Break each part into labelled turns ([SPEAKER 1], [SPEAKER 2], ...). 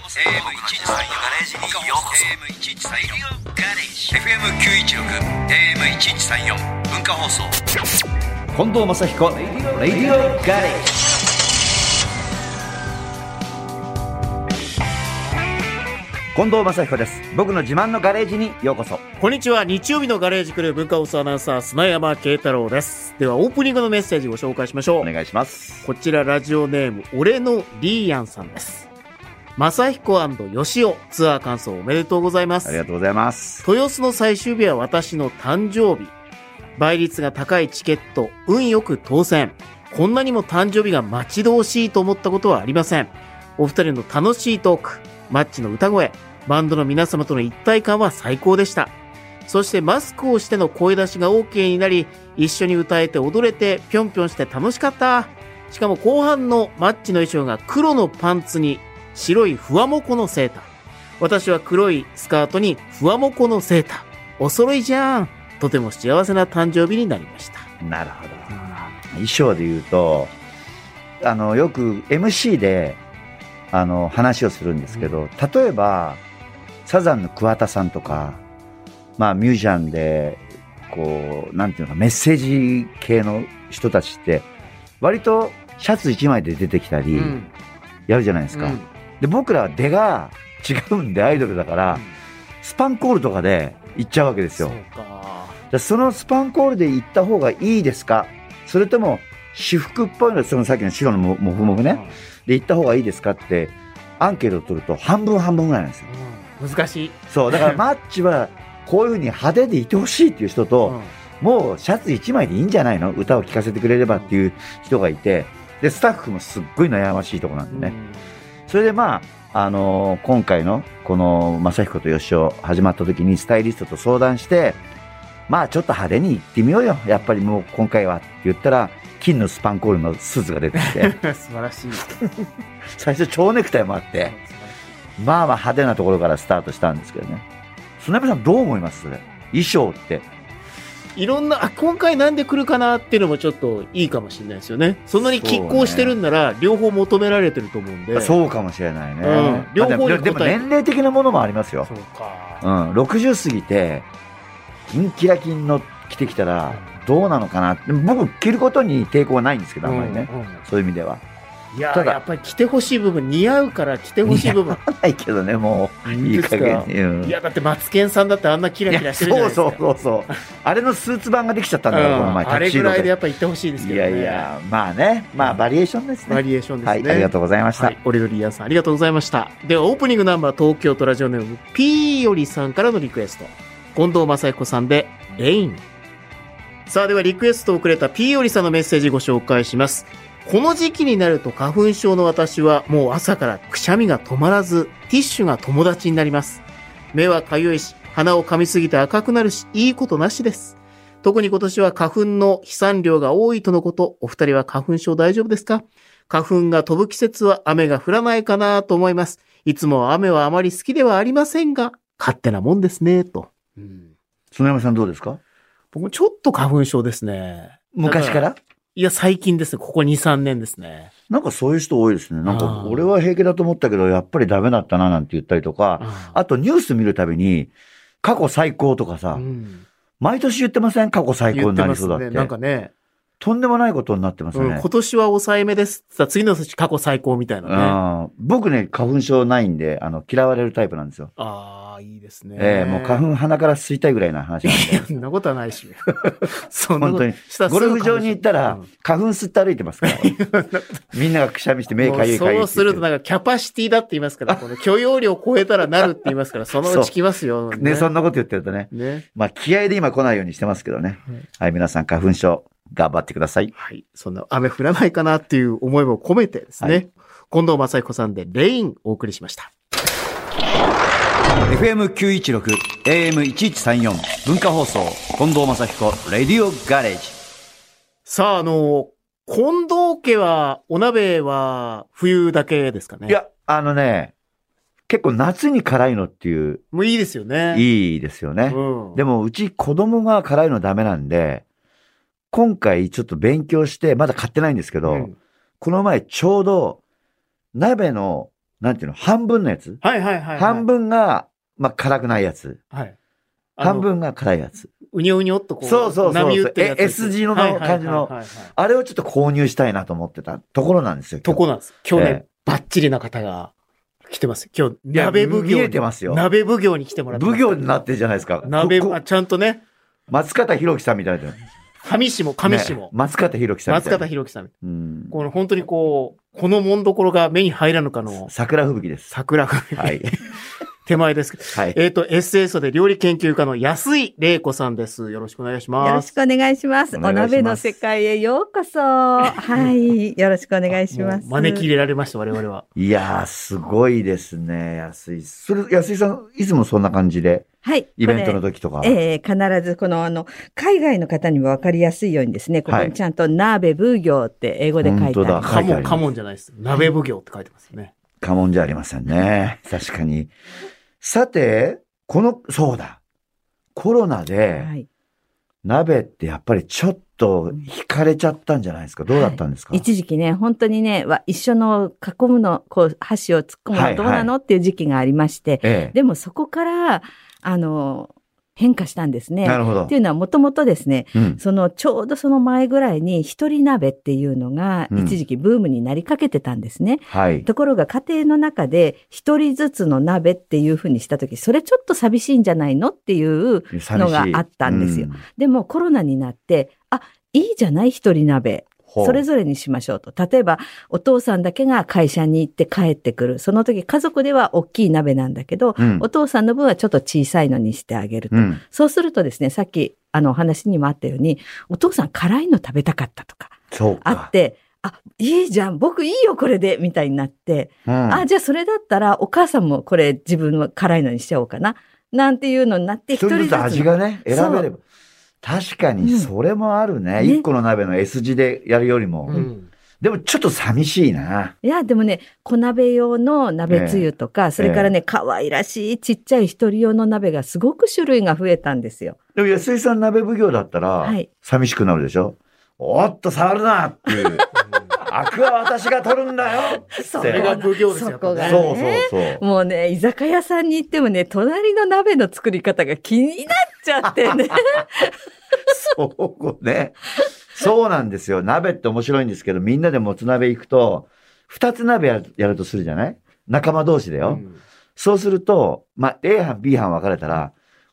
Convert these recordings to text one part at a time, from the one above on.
[SPEAKER 1] AM1134 ガレージにようこそ AM1134 ガレージ FM916 AM1134 文化放送
[SPEAKER 2] 近藤正彦レディオガレージ近藤正彦です僕の自慢のガレージにようこそ
[SPEAKER 3] こんにちは。日曜日のガレージクルー文化放送アナウンサー、砂山慶太郎です。では、オープニングのメッセージご紹介しましょ
[SPEAKER 2] お
[SPEAKER 3] う。
[SPEAKER 2] 願いします
[SPEAKER 3] こちら、ラジオネーム、俺のリーヤンさんです。正彦吉尾ツアー感想おめでとうございます。
[SPEAKER 2] ありがとうございます
[SPEAKER 3] 豊洲の最終日は私の誕生日。倍率が高いチケット、運よく当選。こんなにも誕生日が待ち遠しいと思ったことはありません。お二人の楽しいトーク、マッチの歌声、バンドの皆様との一体感は最高でした。そしてマスクをしての声出しが OK になり、一緒に歌えて踊れて、ぴょんぴょんして楽しかった。しかも後半のマッチの衣装が黒のパンツに白いふわもこのセーター。私は黒いスカートにふわもこのセーター。お揃いじゃん。とても幸せな誕生日になりました。
[SPEAKER 2] なるほど衣装で言うとあのよく MC であの話をするんですけど例えばサザンの桑田さんとか、まあ、ミュージシャンでこうなんていうのかメッセージ系の人たちって割とシャツ1枚で出てきたりやるじゃないですか、で僕らは出が違うんでアイドルだから、
[SPEAKER 3] うん
[SPEAKER 2] スパンコールとかで行っちゃうわけです
[SPEAKER 3] そ
[SPEAKER 2] よ
[SPEAKER 3] うか。
[SPEAKER 2] じゃあそのスパンコールで行った方がいいですかそれとも私服っぽいのそのさっきの白のももふもふねで行った方がいいですかってアンケートを取ると半分半分ぐらいなんですよ
[SPEAKER 3] うん。難しい。
[SPEAKER 2] そうだから マッチはこういうふうに派手でいてほしいっていう人と、
[SPEAKER 3] うん
[SPEAKER 2] もうシャツ1枚でいいんじゃないの歌を聴かせてくれればっていう人がいてでスタッフもすっごい悩ましいとこなんでね、それでまあ、あのー今回のこの正彦と吉尾始まった時にスタイリストと相談して、まあちょっと派手に行ってみようよ。やっぱりもう今回はって言ったら、金のスパンコールのスーツが出てき て、
[SPEAKER 3] うん素晴らしい。
[SPEAKER 2] 最初蝶ネクタイもあって、まあまあ派手なところからスタートしたんですけどね。砂部さんどう思いますそれ。衣装って。
[SPEAKER 3] いろんな、あ、今回なんで来るかなっていうのもちょっといいかもしれないですよね。そんなに拮抗してるんなら、両方求められてると思うんで。う。
[SPEAKER 2] そうかもしれないね。
[SPEAKER 3] うん両方に応え
[SPEAKER 2] でも年齢的なものもありますよ
[SPEAKER 3] そ。うか。
[SPEAKER 2] うん、60過ぎて、金キラキンの着てきたら、どうなのかなって、僕、着ることに抵抗はないんですけど、あんまりね、
[SPEAKER 3] うんうん
[SPEAKER 2] そういう意味では。
[SPEAKER 3] いや
[SPEAKER 2] た
[SPEAKER 3] ー、
[SPEAKER 2] だ
[SPEAKER 3] やっぱり着てほしい部分、似合うから着てほしい部分。
[SPEAKER 2] ないけどね、もう、いい加減に。うん
[SPEAKER 3] いや、だってマツケンさんだってあんなキラキラしてるじゃない
[SPEAKER 2] そう
[SPEAKER 3] ですか。
[SPEAKER 2] そうそうそう、あれのスーツ版ができちゃったんだから、この前、
[SPEAKER 3] うんあれぐらいでやっぱ言ってほしい
[SPEAKER 2] タ
[SPEAKER 3] で
[SPEAKER 2] キ
[SPEAKER 3] す
[SPEAKER 2] シードで。
[SPEAKER 3] けど
[SPEAKER 2] い
[SPEAKER 3] ね。
[SPEAKER 2] やいや、まあね、まあ、バリエーションです
[SPEAKER 3] バ
[SPEAKER 2] ね。
[SPEAKER 3] リエーションですね。
[SPEAKER 2] はい、ありがとうございました。
[SPEAKER 3] はい、オレドリアンさん、ありがとうございました。では、オープニングナンバー、東京都ラジオネーム、P よりさんからのリクエスト。近藤正彦さんで、レイン。さあ、では、リクエストをくれた P よりさんのメッセージご紹介します。この時期になると花粉症の私は、もう朝からくしゃみが止まらず、ティッシュが友達になります。目はかゆいし、鼻を噛みすぎて赤くなるし、いいことなしです。特に今年は花粉の飛散量が多いとのこと、お二人は花粉症大丈夫ですか花粉が飛ぶ季節は雨が降らないかなと思います。いつもは雨はあまり好きではありませんが、勝手なもんですね、と。
[SPEAKER 2] 園山さん、どうですか
[SPEAKER 3] 僕もちょっと花粉症ですね。
[SPEAKER 2] 昔から
[SPEAKER 3] いや、最近ですね。ここ2、3年ですね。
[SPEAKER 2] なんかそういう人多いですね。なん
[SPEAKER 3] あ
[SPEAKER 2] か、
[SPEAKER 3] ー
[SPEAKER 2] 俺は平気だと思ったけど、やっぱりダメだったな、なんて言ったりとか、
[SPEAKER 3] あ
[SPEAKER 2] あとニュース見るたびに、過去最高とかさ、
[SPEAKER 3] うん、
[SPEAKER 2] 毎年言ってません過去最高になりそうだって。
[SPEAKER 3] 言ますね。なんかね、
[SPEAKER 2] とんでもないことになってます
[SPEAKER 3] う
[SPEAKER 2] ね。
[SPEAKER 3] ん今年は抑えめですって言ったら次の年過去最高みたいなね。あ
[SPEAKER 2] うん僕ね、花粉症ないんで、あの、嫌われるタイプなんですよ。
[SPEAKER 3] あー、いいですね。
[SPEAKER 2] ええもう花粉鼻から吸いたいぐらいな話なん
[SPEAKER 3] いや、
[SPEAKER 2] で。
[SPEAKER 3] そんなことはないし。そんな
[SPEAKER 2] 本
[SPEAKER 3] こと
[SPEAKER 2] 当に。
[SPEAKER 3] したらす
[SPEAKER 2] ゴ
[SPEAKER 3] ぐ
[SPEAKER 2] ルフ場に行ったら、花粉吸って歩いてます から。みんながくしゃみして目かゆいかゆいって言っ
[SPEAKER 3] も
[SPEAKER 2] て。
[SPEAKER 3] うそうするとなんかキャパシティだって言いま すから、この許容量を超えたらなるって言いますから、そのうち来ますよ。
[SPEAKER 2] ね、そんなこと言ってるとね。
[SPEAKER 3] ね。
[SPEAKER 2] まあ、気合で今来ないようにしてますけどね。
[SPEAKER 3] はい
[SPEAKER 2] はい、皆さん花粉症、頑張ってください。
[SPEAKER 3] はい。そんな雨降らないかなっていう思いを込めてですね。
[SPEAKER 2] はい
[SPEAKER 3] 近藤正彦さんでレインお送りしました。
[SPEAKER 2] FM916、AM1134、文化放送、近藤正彦、レディオガレージ。
[SPEAKER 3] さあ、あの、近藤家は、お鍋は冬だけですかね。
[SPEAKER 2] い、や、あのね、結構夏に辛いのっていう、
[SPEAKER 3] もういいですよね。い。
[SPEAKER 2] いいですよね。
[SPEAKER 3] うん。
[SPEAKER 2] で
[SPEAKER 3] も、
[SPEAKER 2] も、うち子供が辛いのダメなんで、今回ちょっと勉強して、まだ買ってないんですけど、この前ちょうど、鍋のなんていうの、半分のやつ、
[SPEAKER 3] はいはいはい。
[SPEAKER 2] 半。分が、まあ、辛くないやつ。
[SPEAKER 3] はい。あの
[SPEAKER 2] 半。分が辛いやつ。
[SPEAKER 3] うにょうにょっとこう。
[SPEAKER 2] そうそうそうそう
[SPEAKER 3] 波打ってるやつ
[SPEAKER 2] え S 字のね
[SPEAKER 3] はいはいはい
[SPEAKER 2] 感じの
[SPEAKER 3] はいはい
[SPEAKER 2] あれをちょっと購入したいなと思ってたところなんですよ。
[SPEAKER 3] とこなんです。今日ね
[SPEAKER 2] ええ、
[SPEAKER 3] バッチリな方が来てます。今日、
[SPEAKER 2] いや
[SPEAKER 3] 鍋奉行に。
[SPEAKER 2] 見えてますよ
[SPEAKER 3] 鍋奉行に来てもらってます。
[SPEAKER 2] 奉行になってるじゃないですか。
[SPEAKER 3] 鍋、
[SPEAKER 2] ここ
[SPEAKER 3] あちゃんとね、
[SPEAKER 2] 松方弘樹さんみたいな。
[SPEAKER 3] 上下、上下。
[SPEAKER 2] ね松方弘樹さんみ
[SPEAKER 3] 松
[SPEAKER 2] たいな。
[SPEAKER 3] 方弘樹さん。
[SPEAKER 2] うん。
[SPEAKER 3] この本当にこう、このもんどころが目に入らぬかの
[SPEAKER 2] 桜吹雪です。
[SPEAKER 3] 桜が、
[SPEAKER 2] はい。
[SPEAKER 3] 手前ですけど。
[SPEAKER 2] はい。
[SPEAKER 3] えっ、と、SS で料理研究家の安井玲子さんです。よろしくお願いします。
[SPEAKER 4] よろしくお願いします。
[SPEAKER 2] お
[SPEAKER 4] お
[SPEAKER 2] 願いします
[SPEAKER 4] 鍋の世界へようこそ。はい。よろしくお願いしま
[SPEAKER 3] も
[SPEAKER 4] す。
[SPEAKER 3] う招き入れられました、我々は。
[SPEAKER 2] いやー、すごいですね、安井。それ、安井さん、いつもそんな感じで、
[SPEAKER 4] はい。
[SPEAKER 2] イベントの
[SPEAKER 4] こ
[SPEAKER 2] 時とか。
[SPEAKER 4] れえー必ずこのあの、海外の方にもわかりやすいようにですね、ここ
[SPEAKER 2] はい
[SPEAKER 4] にちゃんと鍋奉行って英語で書いてあり
[SPEAKER 2] 本当だ
[SPEAKER 4] ます。
[SPEAKER 2] 書
[SPEAKER 3] カ
[SPEAKER 2] いてあ
[SPEAKER 3] モ
[SPEAKER 2] ります
[SPEAKER 3] ン、カモンじゃないです。鍋奉行って書いてますよね。
[SPEAKER 2] 過問じゃありませんね。確かに。さて、この、そうだ。コロナで、
[SPEAKER 4] はい。
[SPEAKER 2] 鍋ってやっぱりちょっと惹かれちゃったんじゃないですか。どうだったんですか、
[SPEAKER 4] 一時期ね、本当にね、わ一緒の囲むの、こう、箸を突っ込む
[SPEAKER 2] はい
[SPEAKER 4] のどうなの、っていう時期がありまして、
[SPEAKER 2] え
[SPEAKER 4] でもそこから、あの、変化したんです
[SPEAKER 2] え。
[SPEAKER 4] ね。
[SPEAKER 2] なるほど
[SPEAKER 4] って。いうのはもともとですね、
[SPEAKER 2] うん。
[SPEAKER 4] そのちょうどその前ぐらいに一人鍋っていうのが
[SPEAKER 2] うん
[SPEAKER 4] 一時期ブームになりかけてたんですね。
[SPEAKER 2] はい。
[SPEAKER 4] ところが家庭の中で一人ずつの鍋っていうふうにした時、それちょっと寂しいんじゃないのっていう。
[SPEAKER 2] 寂しい
[SPEAKER 4] のがあったんですよ。でもコロナになって、あ、いいじゃない一人鍋。それ
[SPEAKER 2] ぞ
[SPEAKER 4] ぞれにしましょうと。例えば、お父さんだけが会社に行って帰ってくる。その時家族では大きい鍋なんだけど、
[SPEAKER 2] れ、うん
[SPEAKER 4] お父さんの分はちょっと小さいのにしてあげると。
[SPEAKER 2] うん。
[SPEAKER 4] そうするとですね、さっき、あの、お話にもあったように、お父さん辛いの食べたかったとか、
[SPEAKER 2] そう
[SPEAKER 4] あ
[SPEAKER 2] か。
[SPEAKER 4] って、あ、いいじゃん、僕いいよ、これで、みたいになって、
[SPEAKER 2] うん、
[SPEAKER 4] あ、じゃあそれだったら、お母さんもこれ自分は辛いのにしちゃおうかな、なんていうのになって、
[SPEAKER 2] 一人ずつ味がね、
[SPEAKER 4] そう
[SPEAKER 2] 選べれば。確かに、
[SPEAKER 4] うん
[SPEAKER 2] それもあるね。
[SPEAKER 4] ね
[SPEAKER 2] 一、個の鍋の S 字でやるよりも。
[SPEAKER 3] うん。
[SPEAKER 2] でも、ちょっと寂しいな。
[SPEAKER 4] いや、でもね、小鍋用の鍋つゆとか、それからね、可愛らしいちっちゃい一人用の鍋がすごく種類が増えたんですよ。
[SPEAKER 2] でも、安井さん鍋奉行だったら、
[SPEAKER 4] はい
[SPEAKER 2] 寂しくなるでしょおっと、触るなって いう。悪は私が取るんだよつって
[SPEAKER 4] そ
[SPEAKER 3] それが奉行ですよ。
[SPEAKER 4] そこ
[SPEAKER 3] や
[SPEAKER 4] が
[SPEAKER 3] っぱね
[SPEAKER 2] そうそうそう。
[SPEAKER 4] もうね、居酒屋さんに行ってもね、隣の鍋の作り方が気になっちゃっ てね。
[SPEAKER 2] そうね。そうなんですよ。鍋って面白いんですけど、みんなでもつ鍋行くと、二つ鍋やるやるとするじゃない仲間同士だよ。
[SPEAKER 3] うん
[SPEAKER 2] そうすると、まあ、A 班、B 班分かれたら、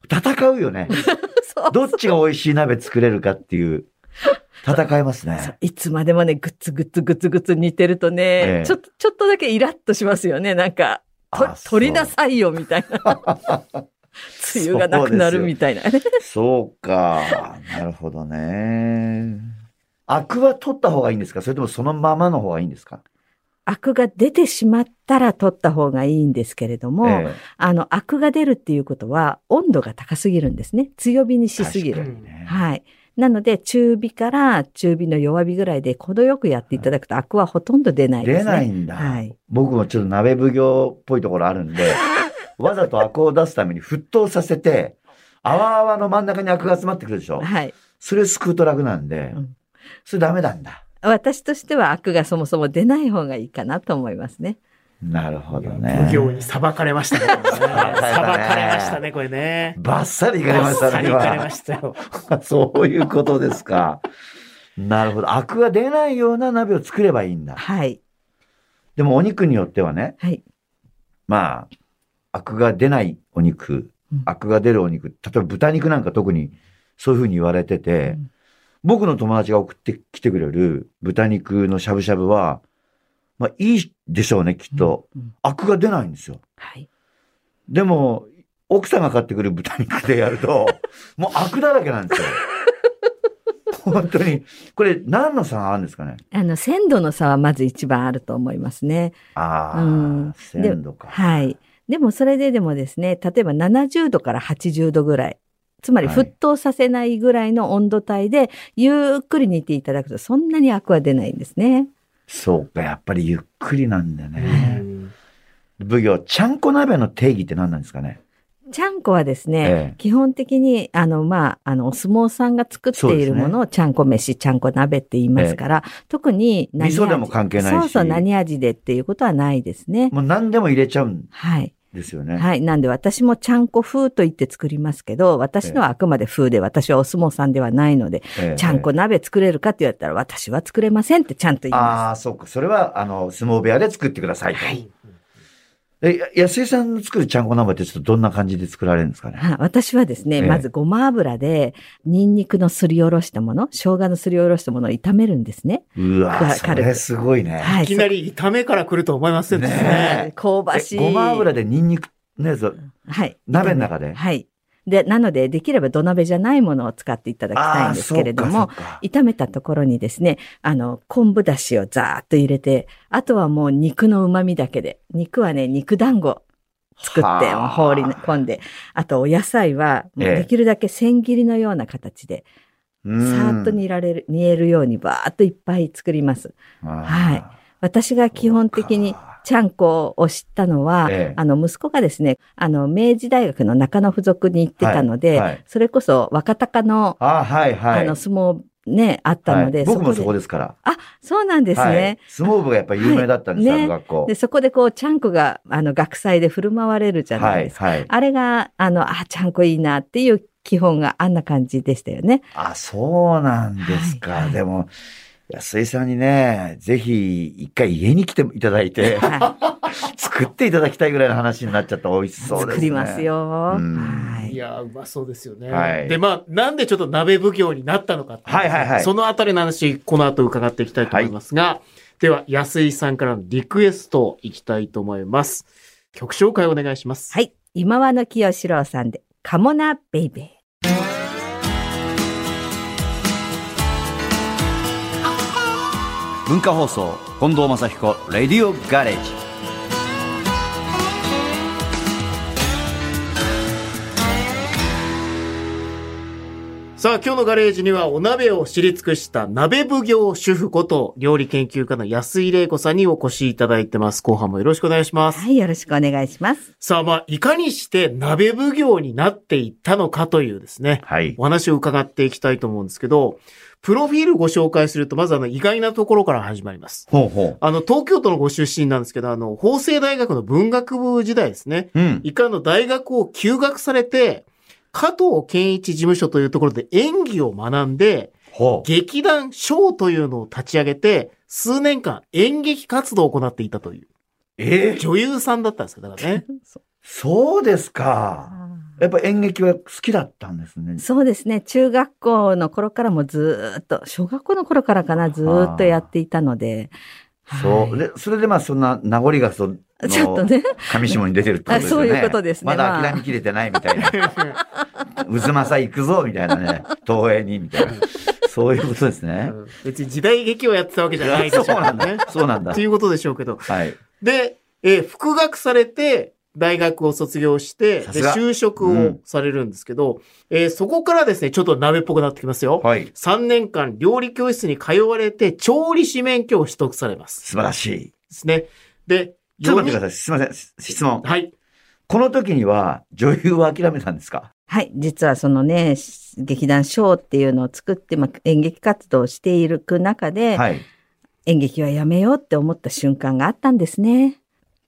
[SPEAKER 2] 戦うよね。
[SPEAKER 4] そう
[SPEAKER 2] どっちが美味しい鍋作れるかっていう、戦います
[SPEAKER 4] そう
[SPEAKER 2] ね。
[SPEAKER 4] いつまでもね、ぐつぐつぐつぐつ似てるとね、
[SPEAKER 2] ええ
[SPEAKER 4] ちょっと、ちょっとだけイラッとしますよね。なんか、と
[SPEAKER 2] あ
[SPEAKER 4] 取りなさいよ、みたい な。梅雨がなくなるみたいな。ね
[SPEAKER 2] そうか。なるほどね。アクは取った方がいいんですかそれともそのままの方がいいんですか
[SPEAKER 4] アクが出てしまったら取った方がいいんですけれども、
[SPEAKER 2] え
[SPEAKER 4] あの、アクが出るっていうことは、温度が高すぎるんですね。強火に
[SPEAKER 2] え
[SPEAKER 4] しすぎ
[SPEAKER 2] 確
[SPEAKER 4] る。
[SPEAKER 2] かにね
[SPEAKER 4] はい。なので、中火から中火の弱火ぐらいで程よくやっていただくと、アクはほとんど出ないですね。
[SPEAKER 2] 出ないんだ。
[SPEAKER 4] はい。
[SPEAKER 2] 僕もちょっと鍋奉行っぽいところあるん で、わざとアクを出すために沸騰させて、泡泡の真ん中にアクが集まってくるでしょ
[SPEAKER 4] はい。
[SPEAKER 2] それをすくうと楽なんで
[SPEAKER 4] うん、
[SPEAKER 2] それダメなんだ。
[SPEAKER 4] 私としてはアクがそもそも出ない方がいいかなと思いますね。
[SPEAKER 2] なるほど
[SPEAKER 3] 奉
[SPEAKER 2] ね。
[SPEAKER 3] 行に裁かれましたね。これね裁
[SPEAKER 2] ね
[SPEAKER 3] かれましたね、これね。
[SPEAKER 2] バッサリいかれましたね、
[SPEAKER 3] 裁かれま
[SPEAKER 2] 今。
[SPEAKER 3] したよ。
[SPEAKER 2] そういうことですか。なるほど。アクが出ないような鍋を作ればいいんだ。
[SPEAKER 4] はい。
[SPEAKER 2] でもお肉によってはね、
[SPEAKER 4] はい。
[SPEAKER 2] まあ、アクが出ないお肉
[SPEAKER 4] うん、
[SPEAKER 2] アクが出るお肉、例えば豚肉なんか特にそういうふうに言われてて、
[SPEAKER 4] うん
[SPEAKER 2] 僕の友達が送ってきてくれる豚肉のしゃぶしゃぶは、まあいいでしょうね、きっと。
[SPEAKER 4] うん
[SPEAKER 2] アクが出ないんですよ。
[SPEAKER 4] はい。
[SPEAKER 2] でも、奥さんが買ってくる豚肉でやる と、もうアクだらけなんですよ。本当に。これ何の差があるんですかね
[SPEAKER 4] あの、鮮度の差はまず一番あると思いますね。
[SPEAKER 2] ああ、
[SPEAKER 4] うん
[SPEAKER 2] 鮮度か。
[SPEAKER 4] はい。でもそれででもですね、例えば70度から80度ぐらい。つまり
[SPEAKER 2] はい
[SPEAKER 4] 沸騰させないぐらいの温度帯で、ゆっくり煮ていただくとそんなにアクは出ないんですね。
[SPEAKER 2] そうか、やっぱりゆっくりなんだ
[SPEAKER 3] う
[SPEAKER 2] ね。
[SPEAKER 3] ん
[SPEAKER 2] 奉行、ちゃんこ鍋の定義って何なんですかね
[SPEAKER 4] ちゃんこはですね、
[SPEAKER 2] ええ
[SPEAKER 4] 基本的に、あの、まあ、あの、お相撲さんが作っているものをちゃんこ飯、ちゃんこ鍋って言いますから、特に何味
[SPEAKER 2] 味噌でも関係ないし
[SPEAKER 4] そうそう、何味でっていうことはないですね。
[SPEAKER 2] もう何でも入れちゃうん
[SPEAKER 4] はい。
[SPEAKER 2] ですよね。
[SPEAKER 4] はい。なんで私もちゃんこ風と言って作りますけど、私のはあくまで風で、私はお相撲さんではないので、
[SPEAKER 2] ええ
[SPEAKER 4] ちゃんこ鍋作れるかって言ったら、私は作れませんってちゃんと言い
[SPEAKER 2] あ
[SPEAKER 4] ま
[SPEAKER 2] あ、そうか。それは、あの、相撲部屋で作ってくださいと。
[SPEAKER 3] はい。
[SPEAKER 2] え、や安井さんの作るちゃんこ鍋ってちょっとどんな感じで作られるんですか
[SPEAKER 4] す。
[SPEAKER 2] ね
[SPEAKER 4] はい私はですね、
[SPEAKER 2] ええ
[SPEAKER 4] まずごま油で、ニンニクのすりおろしたもの、生姜のすりおろしたものを炒めるんですね。
[SPEAKER 2] う
[SPEAKER 4] か
[SPEAKER 2] わ、そ
[SPEAKER 4] 軽く
[SPEAKER 2] れすごいね。
[SPEAKER 4] はい
[SPEAKER 3] きなり炒めから来ると思いませんでした
[SPEAKER 2] ね
[SPEAKER 3] ね。
[SPEAKER 4] 香ば
[SPEAKER 2] え
[SPEAKER 4] しい。
[SPEAKER 2] ごま油でニンニクのやつを
[SPEAKER 4] はい。
[SPEAKER 2] 鍋の中で。
[SPEAKER 4] はい。で、なので、できれば土鍋じゃないものを使っていただきたいんですけれど
[SPEAKER 2] あ
[SPEAKER 4] も
[SPEAKER 2] ー、そうかそうか
[SPEAKER 4] 炒めたところにですね、あの、昆布だしをザーッと入れて、あとはもう肉の旨味だけで、肉はね、肉団子作って、
[SPEAKER 2] はあ
[SPEAKER 4] 放り込んで、あとお野菜は、もう
[SPEAKER 2] ええ
[SPEAKER 4] できるだけ千切りのような形で、
[SPEAKER 2] う
[SPEAKER 4] さ
[SPEAKER 2] ん
[SPEAKER 4] ーっと煮られる、煮えるようにバーッといっぱい作ります。
[SPEAKER 2] あー
[SPEAKER 4] はい私が基本的に
[SPEAKER 2] そうか
[SPEAKER 4] ちゃんこを知ったのは、
[SPEAKER 2] ええ
[SPEAKER 4] あの、息子がですね、あの、明治大学の中野附属に行ってたので、
[SPEAKER 2] はいはい
[SPEAKER 4] それこそ若鷹の、
[SPEAKER 2] あーはいはい。
[SPEAKER 4] あの、相撲ね、あった
[SPEAKER 2] はい
[SPEAKER 4] ので、
[SPEAKER 2] 僕もそこ
[SPEAKER 4] で。
[SPEAKER 2] ですから。
[SPEAKER 4] あ、そうなんですね。
[SPEAKER 2] はい。相撲部がやっぱり有名だったんですよ、
[SPEAKER 4] はい
[SPEAKER 2] あの学校
[SPEAKER 4] で、。そこでこう、ちゃんこが、あの、学祭で振る舞われるじゃな
[SPEAKER 2] はい
[SPEAKER 4] で
[SPEAKER 2] い、
[SPEAKER 4] すか。
[SPEAKER 2] はい。
[SPEAKER 4] あれが、あの、あ、ちゃんこいいなっていう基本があんな感じでしたよ ね。
[SPEAKER 2] あ、そうなんですか。
[SPEAKER 4] はいはい
[SPEAKER 2] でも、安井さんにね、ぜひ一回家に来ていただい て、
[SPEAKER 4] は
[SPEAKER 2] 作っていただきたいぐらいの話になっちゃった。美味し
[SPEAKER 4] い。
[SPEAKER 2] そうですね。
[SPEAKER 4] 作ります。よ。
[SPEAKER 2] うん
[SPEAKER 4] はいい。
[SPEAKER 3] やー、うまそうですよね。
[SPEAKER 2] はい
[SPEAKER 3] で、まあ、なんでちょっと鍋奉行になったのかってう
[SPEAKER 2] はいはいはい
[SPEAKER 3] そのあたりの話、この後伺っていきたいと思いますが、では、安井さんからのリクエストいきたいと思います。曲紹介お願いします。
[SPEAKER 4] はい。今和の清志郎さんで、カモナベイベー。
[SPEAKER 5] 文化放送近藤正彦レディオガレージ
[SPEAKER 3] さあ、今日のガレージにはお鍋を知り尽くした鍋奉行主婦こと料理研究家の安井玲子さんにお越しいただいてます。後半もよろしくお願いします。
[SPEAKER 4] はい。よろしくお願いします。
[SPEAKER 3] さあ、まあ、いかにして鍋奉行になっていったのかというですね、
[SPEAKER 2] はい。
[SPEAKER 3] お話を伺っていきたいと思うんですけど、プロフィールご紹介すると、まずあの意外なところから始まります。
[SPEAKER 2] ほうほ
[SPEAKER 3] あの、東京都のご出身なんですけど、あの、法政大学の文学部時代ですね。
[SPEAKER 2] う。うん。
[SPEAKER 3] 以下の大学を休学されて、加藤健一事務所というところで演技を学んで、
[SPEAKER 2] ほう。
[SPEAKER 3] 劇団賞というのを立ち上げて、数年間演劇活動を行っていたという、
[SPEAKER 2] ええ
[SPEAKER 3] 女優さんだったんですよ、だから ね。
[SPEAKER 2] そうですか。やっぱ演劇は好きだったんですね。
[SPEAKER 4] そうですね。中学校の頃からもずーっと、小学校の頃からかな、ずーっとやっていたので。
[SPEAKER 2] そ
[SPEAKER 4] は
[SPEAKER 2] う。
[SPEAKER 4] い
[SPEAKER 2] で、それでまあそんな名残がその、
[SPEAKER 4] ちょっとね。
[SPEAKER 2] 上下に出てるってことですよね。
[SPEAKER 4] あそういうことですね
[SPEAKER 2] ま
[SPEAKER 4] ま
[SPEAKER 2] だ
[SPEAKER 4] あ
[SPEAKER 2] 諦めきれてないみたいな。渦政行くぞみたいなね。東映にみたいな。そういうことですね。
[SPEAKER 3] うん別に時代劇をやってたわけじゃないでしょう
[SPEAKER 2] そう
[SPEAKER 3] か
[SPEAKER 2] な
[SPEAKER 3] ら
[SPEAKER 2] ん
[SPEAKER 3] ね。
[SPEAKER 2] だ。そうなんだ
[SPEAKER 3] とい。うことでしょうけど。
[SPEAKER 2] はい。
[SPEAKER 3] で、えー復学されて、大学を卒業して、
[SPEAKER 2] さ
[SPEAKER 3] です
[SPEAKER 2] が
[SPEAKER 3] 就職をされるんですけど、えーそこからですね、ちょっと鍋っぽくなってきますよ。
[SPEAKER 2] はい。
[SPEAKER 3] 3年間料理教室に通われて、調理師免許を取得されます。
[SPEAKER 2] 素晴らしい。
[SPEAKER 3] ですね。で、
[SPEAKER 2] ちょっと待ってく
[SPEAKER 3] だ
[SPEAKER 2] ださい。すいません。し質問。
[SPEAKER 3] はい。
[SPEAKER 2] この時には女優は諦めたんですか
[SPEAKER 4] はい。実はそのね、し劇団ショーっていうのを作って、まあ、演劇活動をしている中で、
[SPEAKER 2] はい。
[SPEAKER 4] 演劇はやめようって思った瞬間があったんですね。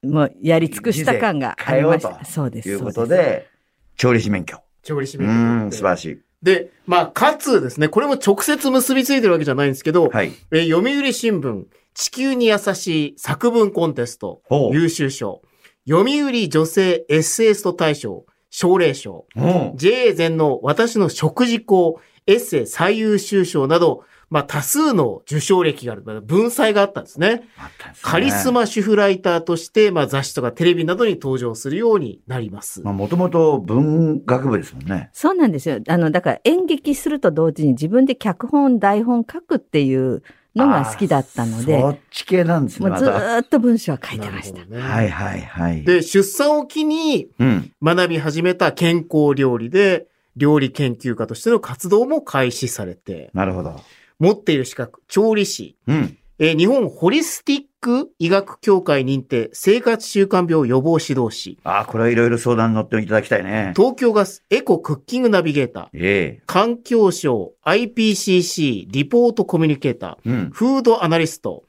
[SPEAKER 4] もう、やり尽くした感がありまし
[SPEAKER 2] 人生変えよう
[SPEAKER 4] た。
[SPEAKER 2] と
[SPEAKER 4] そうで
[SPEAKER 2] と
[SPEAKER 4] す。
[SPEAKER 2] いうこと
[SPEAKER 4] そうす。
[SPEAKER 2] で、調理師免許。
[SPEAKER 3] 調理師
[SPEAKER 2] う
[SPEAKER 3] 免許を
[SPEAKER 2] ー
[SPEAKER 3] 取
[SPEAKER 2] ん、
[SPEAKER 3] 得
[SPEAKER 2] 素晴らしい。
[SPEAKER 3] で、まあ、かつですね、これも直接結びついてるわけじゃないんですけど、
[SPEAKER 2] はい。
[SPEAKER 3] えー読売新聞、地球に優しい作文コンテスト、
[SPEAKER 2] ほう。
[SPEAKER 3] 優秀賞、読売女性エッセイスト大賞、奨励賞、
[SPEAKER 2] うん。
[SPEAKER 3] JA 全農、私の食事校、エッセイ最優秀賞など、まあ多数の受賞歴がある、まあ文才があったんですね。
[SPEAKER 2] あったんですね
[SPEAKER 3] カリス。マ主婦ライターとして、まあ雑誌とかテレビなどに登場するようになります。
[SPEAKER 2] まあ、もともと文学部ですもんね。
[SPEAKER 4] そうなんですよ。あの、だから演劇すると同時に自分で脚本、台本書くっていうのが好きだったので、
[SPEAKER 2] あーそっち系なんですね、
[SPEAKER 4] も
[SPEAKER 2] ま
[SPEAKER 4] うず
[SPEAKER 2] た。
[SPEAKER 4] ーっと文章は書いてました
[SPEAKER 3] な。るほどね
[SPEAKER 2] はいはいはい。
[SPEAKER 3] で、出産を機に
[SPEAKER 2] うん。
[SPEAKER 3] 学び始めた健康料理で、料理研究家としての活動も開始されて、
[SPEAKER 2] なるほど。
[SPEAKER 3] 持っている資格、調理師、
[SPEAKER 2] うん。
[SPEAKER 3] えー日本ホリスティッ国医学協会認定生活習慣病予防指導士、
[SPEAKER 2] ああ、これはいろいろ相談に乗っていただきたいね。
[SPEAKER 3] 東京ガスエコクッキングナビゲーター、
[SPEAKER 2] え
[SPEAKER 3] 環境省 IPCC リポートコミュニケータ
[SPEAKER 2] え。うん
[SPEAKER 3] ー、。フードアナリスト。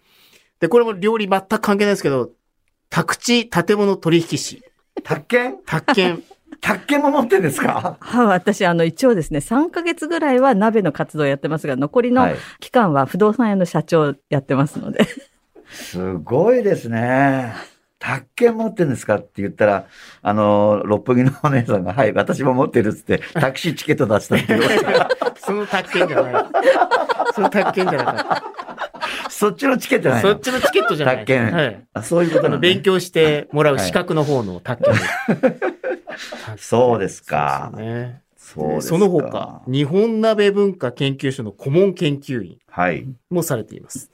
[SPEAKER 3] で、これも料理全く関係ないですけど、宅地建物取引士、
[SPEAKER 2] 宅建
[SPEAKER 3] 宅建、
[SPEAKER 2] 宅建も持ってんです か
[SPEAKER 4] はい、私、あの、一応ですね、3ヶ月ぐらいは鍋の活動やってますが、残り
[SPEAKER 2] は
[SPEAKER 4] の
[SPEAKER 2] い。
[SPEAKER 4] 期間は不動産屋の社長やってますので。
[SPEAKER 2] すごいですね。宅建持ってんですかって言ったら、あの、六本木のお姉さんが、はい、私も持ってるっつって、タクシーチケット出したっていう。
[SPEAKER 3] その宅建じゃない。その宅建じゃなかっ
[SPEAKER 2] そっちのチケットじゃ
[SPEAKER 3] た。
[SPEAKER 2] ない
[SPEAKER 3] そ
[SPEAKER 2] の
[SPEAKER 3] っちのチケットじゃない。
[SPEAKER 2] 宅建
[SPEAKER 3] はい。
[SPEAKER 2] あそういうこ
[SPEAKER 3] あ
[SPEAKER 2] とな
[SPEAKER 3] の、
[SPEAKER 2] んだね
[SPEAKER 3] 勉強してもらう資格の方の宅建です。
[SPEAKER 2] そうですか
[SPEAKER 3] そうですね。
[SPEAKER 2] そうですか
[SPEAKER 3] その他、日本鍋文化研究所の顧問研究員
[SPEAKER 2] はい。
[SPEAKER 3] もされています。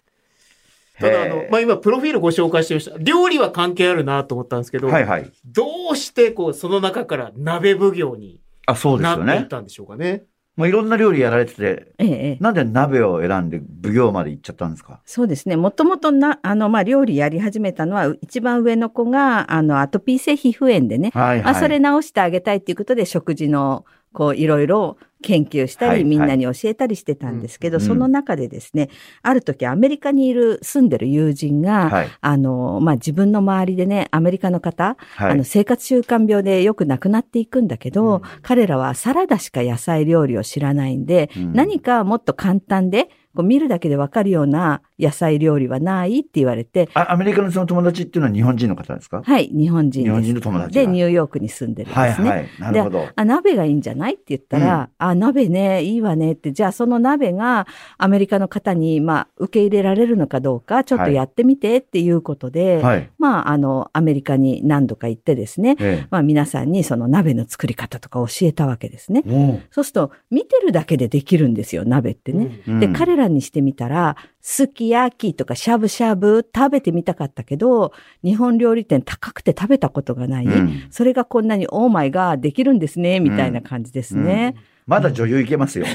[SPEAKER 3] ただ、あの
[SPEAKER 2] へ、え
[SPEAKER 3] まあ、今、プロフィールご紹介してみました。料理は関係あるなと思ったんですけど、
[SPEAKER 2] はいはい。
[SPEAKER 3] どうして、こう、その中から鍋奉行に
[SPEAKER 2] あ、そうです
[SPEAKER 3] な
[SPEAKER 2] よ
[SPEAKER 3] っていっ
[SPEAKER 2] ね。
[SPEAKER 3] たんでしょうかね。
[SPEAKER 2] もういろんな料理やられてて、
[SPEAKER 4] ええ。
[SPEAKER 2] なんで鍋を選んで奉行まで行っちゃったんですか
[SPEAKER 4] そうですね。もともとな、あの、まあ、料理やり始めたのは、一番上の子が、あの、アトピー性皮膚炎でね、
[SPEAKER 2] はい
[SPEAKER 4] まあ、それ直してあげたいっていうことで、食事の、こう、いろいろ研究したり、
[SPEAKER 2] はい
[SPEAKER 4] みんなに教えたりしてたんですけど、
[SPEAKER 2] うん
[SPEAKER 4] その中でですね、ある時、アメリカにいる、住んでる友人が、
[SPEAKER 2] はい。
[SPEAKER 4] あの、まあ、自分の周りでね、アメリカの方、
[SPEAKER 2] は
[SPEAKER 4] あの、
[SPEAKER 2] い。
[SPEAKER 4] 生活習慣病でよく亡くなっていくんだけ
[SPEAKER 3] う
[SPEAKER 4] ど、
[SPEAKER 3] ん
[SPEAKER 4] 彼らはサラダしか野菜料理を知らないんで、
[SPEAKER 2] うん
[SPEAKER 4] 何かもっと簡単で、こう見るだけでわかるような野菜料理はないって言われて、
[SPEAKER 2] あアメリカのその友達っていうのは日本人の方ですか
[SPEAKER 4] はい、日本人で
[SPEAKER 2] 日
[SPEAKER 4] す。
[SPEAKER 2] 本人の友達が
[SPEAKER 4] で、ニューヨークに住んでるんですね。
[SPEAKER 2] はいはい。なるほど。
[SPEAKER 4] あ、鍋がいいんじゃないって言ったら、あ、鍋ね、いいわねって、じゃあその鍋がアメリカの方に、まあ、受け入れられるのかどうか、ちょっとやってみてっていうことで、
[SPEAKER 2] はい。
[SPEAKER 4] まあ、あの、アメリカに何度か行ってですね、
[SPEAKER 2] え
[SPEAKER 4] まあ皆さんにその鍋の作り方とか教えたわけですね
[SPEAKER 2] え。。も
[SPEAKER 4] そうすると見てるだけでできるんですよ、鍋って
[SPEAKER 3] う
[SPEAKER 4] ね。
[SPEAKER 3] ん
[SPEAKER 2] うん
[SPEAKER 4] で、彼らにしてみたら、すき焼きとかしゃぶしゃぶ食べてみたかったけど、日本料理店高くて食べたことがない。
[SPEAKER 2] うん
[SPEAKER 4] それがこんなにオーマイができるんですね、みたいな感じですね。
[SPEAKER 2] まだ女優いけますよ。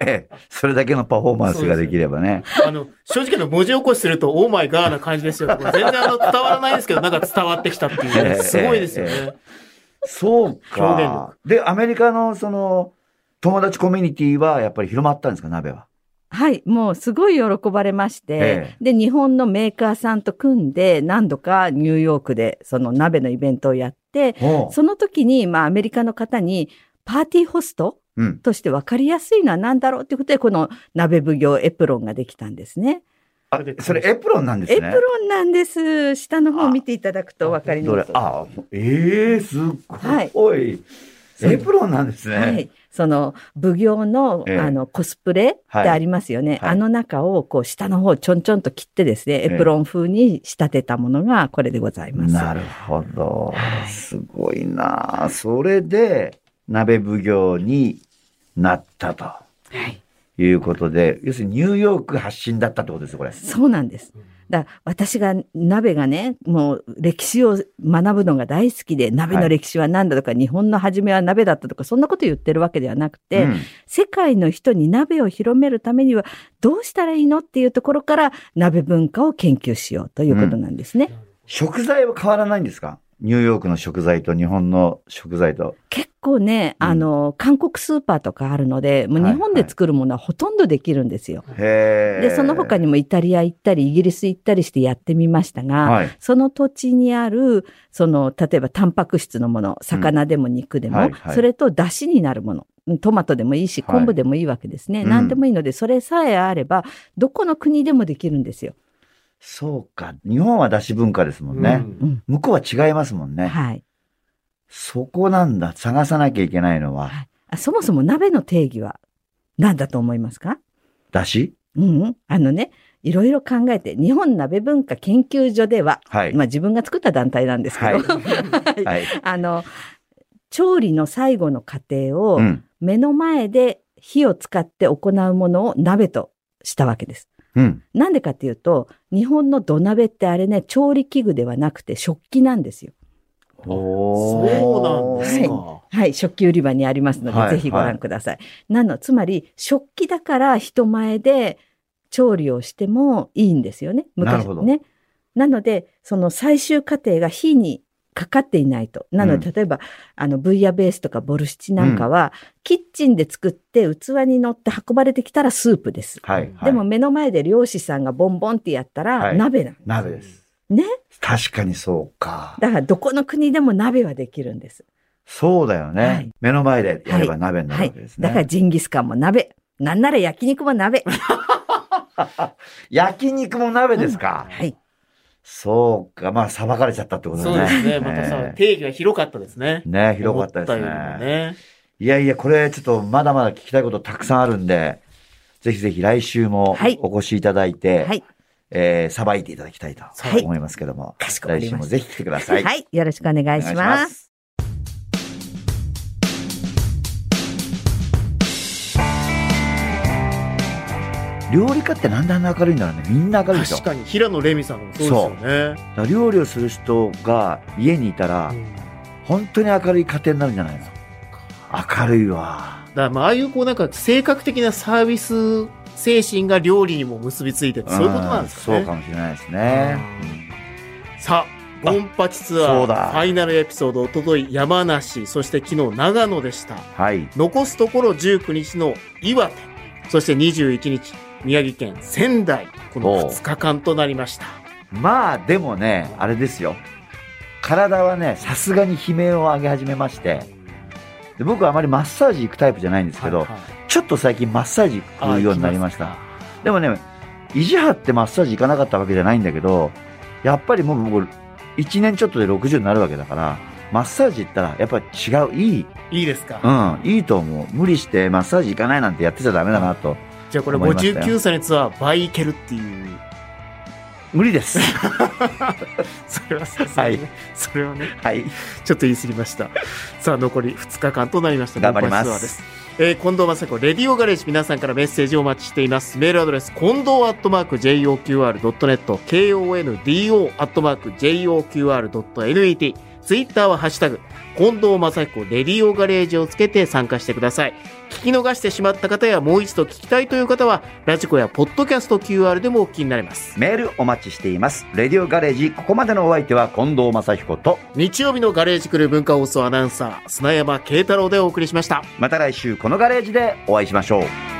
[SPEAKER 2] ええそれだけのパフォーマンスができればね。
[SPEAKER 3] あの、正直な文字起こしすると、オーマイガーな感じですよ。全然あの、伝わらないですけど、なんか伝わってきたっていうね。すごいですよね。
[SPEAKER 2] そう
[SPEAKER 3] 表現
[SPEAKER 2] か。で、アメリカのその、友達コミュニティはやっぱり広まったんですか、鍋は。
[SPEAKER 4] はい、もうすごい喜ばれまして、
[SPEAKER 2] え
[SPEAKER 4] で、日本のメーカーさんと組んで、何度かニューヨークでその鍋のイベントをやって、
[SPEAKER 2] おう
[SPEAKER 4] その時に、まあ、アメリカの方に、パーティーホスト
[SPEAKER 2] うん。
[SPEAKER 4] として分かりやすいのは何だろうっていうことで、この鍋奉行エプロンができたんですね。
[SPEAKER 2] あ、それエプロンなんですね。
[SPEAKER 4] エプロンなんです。下の方を見ていただくとお分かりに
[SPEAKER 2] ど
[SPEAKER 4] なる
[SPEAKER 2] れ
[SPEAKER 4] と思い
[SPEAKER 2] あ、ええすっごい。エプロンなんですね。
[SPEAKER 4] ます。はい。その、奉行の、
[SPEAKER 2] ええ
[SPEAKER 4] あの、コスプレって
[SPEAKER 2] はい
[SPEAKER 4] ありますよね。
[SPEAKER 2] はい
[SPEAKER 4] あの中を、こう、下の方をちょんちょんと切ってですね、エプロン風に仕立てたものがこれでございます。
[SPEAKER 2] なるほど。すごいなあそれで、鍋奉行になったと。いうことで、要するにニューヨーク発信だったってことですよ、これ。
[SPEAKER 4] そうなんです。だから私が鍋がね、もう歴史を学ぶのが大好きで、鍋の歴史は何だとか、日本の初めは鍋だったとか、そんなこと言ってるわけではなくて、
[SPEAKER 2] うん
[SPEAKER 4] 世界の人に鍋を広めるためにはどうしたらいいのっていうところから、鍋文化を研究しようということなんですね。
[SPEAKER 2] 食材は変わらないんですかニューヨークの食材と日本の食材と。
[SPEAKER 4] 結構ね、
[SPEAKER 2] うん
[SPEAKER 4] あの、韓国スーパーとかあるので、もう日本で作るものはほとんどできるんですよ。
[SPEAKER 2] へえ。
[SPEAKER 4] で、その他にもイタリア行ったり、イギリス行ったりしてやってみましたが、
[SPEAKER 2] はい。
[SPEAKER 4] その土地にある、その、例えばタンパク質のもの、魚でも肉でも、
[SPEAKER 2] はいはい
[SPEAKER 4] それと出汁になるもの、うんトマトでもいいし、
[SPEAKER 2] はい
[SPEAKER 4] 昆布でもいいわけですね。
[SPEAKER 2] うん
[SPEAKER 4] 何でもいいので、それさえあれば、どこの国でもできるんですよ。
[SPEAKER 2] そうか。日本は出汁文化ですもん
[SPEAKER 3] う
[SPEAKER 2] ね。
[SPEAKER 3] ん
[SPEAKER 4] うん。
[SPEAKER 2] 向こうは違いますもんね。
[SPEAKER 4] はい。
[SPEAKER 2] そこなんだ。探さなきゃいけないのは。
[SPEAKER 4] はいあそもそも鍋の定義は何だと思いますか
[SPEAKER 2] 出汁
[SPEAKER 4] うんうん。あのね、いろいろ考えて、日本鍋文化研究所では、
[SPEAKER 2] はい。
[SPEAKER 4] まあ自分が作った団体なんですけど、
[SPEAKER 2] はい。はい。
[SPEAKER 4] あの、調理の最後の過程を、
[SPEAKER 2] うん。
[SPEAKER 4] 目の前で火を使って行うものを鍋としたわけです。
[SPEAKER 2] うん。
[SPEAKER 4] なんでかっていうと、日本の土鍋ってあれね、調理器具ではなくて食器なんですよ。
[SPEAKER 3] そうなんですか。
[SPEAKER 4] はい、食器売り場にありますので、
[SPEAKER 2] はい
[SPEAKER 4] ぜひご覧ください。なの、つまり、食器だから人前で調理をしてもいいんですよね。
[SPEAKER 2] なる
[SPEAKER 4] 昔
[SPEAKER 2] ほど
[SPEAKER 4] ね。なので、その最終過程が火にかかっていないと。なので、例えば、あの、ブイヤベースとかボルシチなんかは、キッチンで作って器に乗って運ばれてきたらスープです。
[SPEAKER 2] はい。はい
[SPEAKER 4] でも、目の前で漁師さんがボンボンってやった
[SPEAKER 2] は
[SPEAKER 4] ら
[SPEAKER 2] い
[SPEAKER 4] 鍋なの。
[SPEAKER 2] 鍋です。
[SPEAKER 4] ね。
[SPEAKER 2] 確かにそうか。
[SPEAKER 4] だからどこの国でも鍋はできるんです。
[SPEAKER 2] そうだよね。
[SPEAKER 4] はい
[SPEAKER 2] 目の前でやれば鍋になるわけですね。
[SPEAKER 4] だからジンギスカンも鍋。なんなら焼肉も鍋。
[SPEAKER 2] 焼肉も鍋ですか。
[SPEAKER 4] はい。
[SPEAKER 2] そうか。まあ、裁かれちゃったってことだ
[SPEAKER 3] そう
[SPEAKER 2] ね。
[SPEAKER 3] ですね。またさ、
[SPEAKER 2] え
[SPEAKER 3] 定義が広かったですね
[SPEAKER 2] え。ね広かったです
[SPEAKER 3] 思
[SPEAKER 2] ね
[SPEAKER 3] よりもね。
[SPEAKER 2] いやいや、これちょっとまだまだ聞きたいことたくさんあるんで、ぜひぜひ来週も
[SPEAKER 4] はい
[SPEAKER 2] お越しいただいて、
[SPEAKER 4] はい。
[SPEAKER 2] えー、さばいていただきたいと
[SPEAKER 4] はい
[SPEAKER 2] 思いますけども、
[SPEAKER 4] かしこまりま
[SPEAKER 2] 来週
[SPEAKER 4] した
[SPEAKER 2] もぜひ来てください。
[SPEAKER 4] はい。よろしくお願いします。
[SPEAKER 2] す。料理家ってなんであんな明るいんだろうね。みんな明るいでしょ。
[SPEAKER 3] 確かに、平野レミさんもそうですよね。
[SPEAKER 2] だから料理をする人が家にいたら、
[SPEAKER 3] うん
[SPEAKER 2] 本当に明るい家庭になるんじゃないの明るいわ。
[SPEAKER 3] だからまあ、ああいうこうなんか性格的なサービス精神が料理にも結びついててそういうことなんですかね。
[SPEAKER 2] うんそうかもしれないですね。
[SPEAKER 3] さあ、ボンパチツ
[SPEAKER 2] あ
[SPEAKER 3] ア
[SPEAKER 2] そ
[SPEAKER 3] ー
[SPEAKER 2] うだ
[SPEAKER 3] ファイナルエピソード、おととい山梨、そして昨日長野でした。
[SPEAKER 2] はい。
[SPEAKER 3] 残すところ19日の岩手、そして21日、宮城県仙台、この2日間となりました。
[SPEAKER 2] まあ、でもね、あれですよ。体はね、さすがに悲鳴を上げ始めまして、で僕はあまりマッサージ行くタイプじゃないんですけど、
[SPEAKER 3] はいはい
[SPEAKER 2] ちょっと最近マッサージ行くようになりました。でもね、意地張ってマッサージ行かなかったわけじゃないんだけど、やっぱりもう僕、1年ちょっとで60になるわけだから、マッサージ行ったら、やっぱり違う、いい、
[SPEAKER 3] いいですか、
[SPEAKER 2] うん、いいと思う。無理してマッサージ行かないなんてやってちゃダメだなと。
[SPEAKER 3] じゃあこれ
[SPEAKER 2] 思いましたよ
[SPEAKER 3] 59歳のツアー倍いけるっていう。
[SPEAKER 2] 無理 です。
[SPEAKER 3] それはさすがにね、それはね、
[SPEAKER 2] はい。
[SPEAKER 3] ちょっと言い過ぎました。さあ、残り2日間となりました。
[SPEAKER 2] 頑張りま。
[SPEAKER 3] ボンパチツアーですえー近藤正子、レディオガレージ、皆さんからメッセージをお待ちしています。メールアドレス、近藤アットマーク JOQR.net、KONDO アットマーク JOQR.net、ツイッターはハッシュタグ、近藤正彦レディオガレージをつけて参加してください。聞き逃してしまった方やもう一度聞きたいという方は、ラジコやポッドキャスト QR でもお聞きになれます。
[SPEAKER 2] メールお待ちしています。レディオガレージ、ここまでのお相手は近藤正彦と、
[SPEAKER 3] 日曜日のガレージクルー文化放送アナウンサー、砂山慶太郎でお送りしました。
[SPEAKER 2] また来週このガレージでお会いしましょう。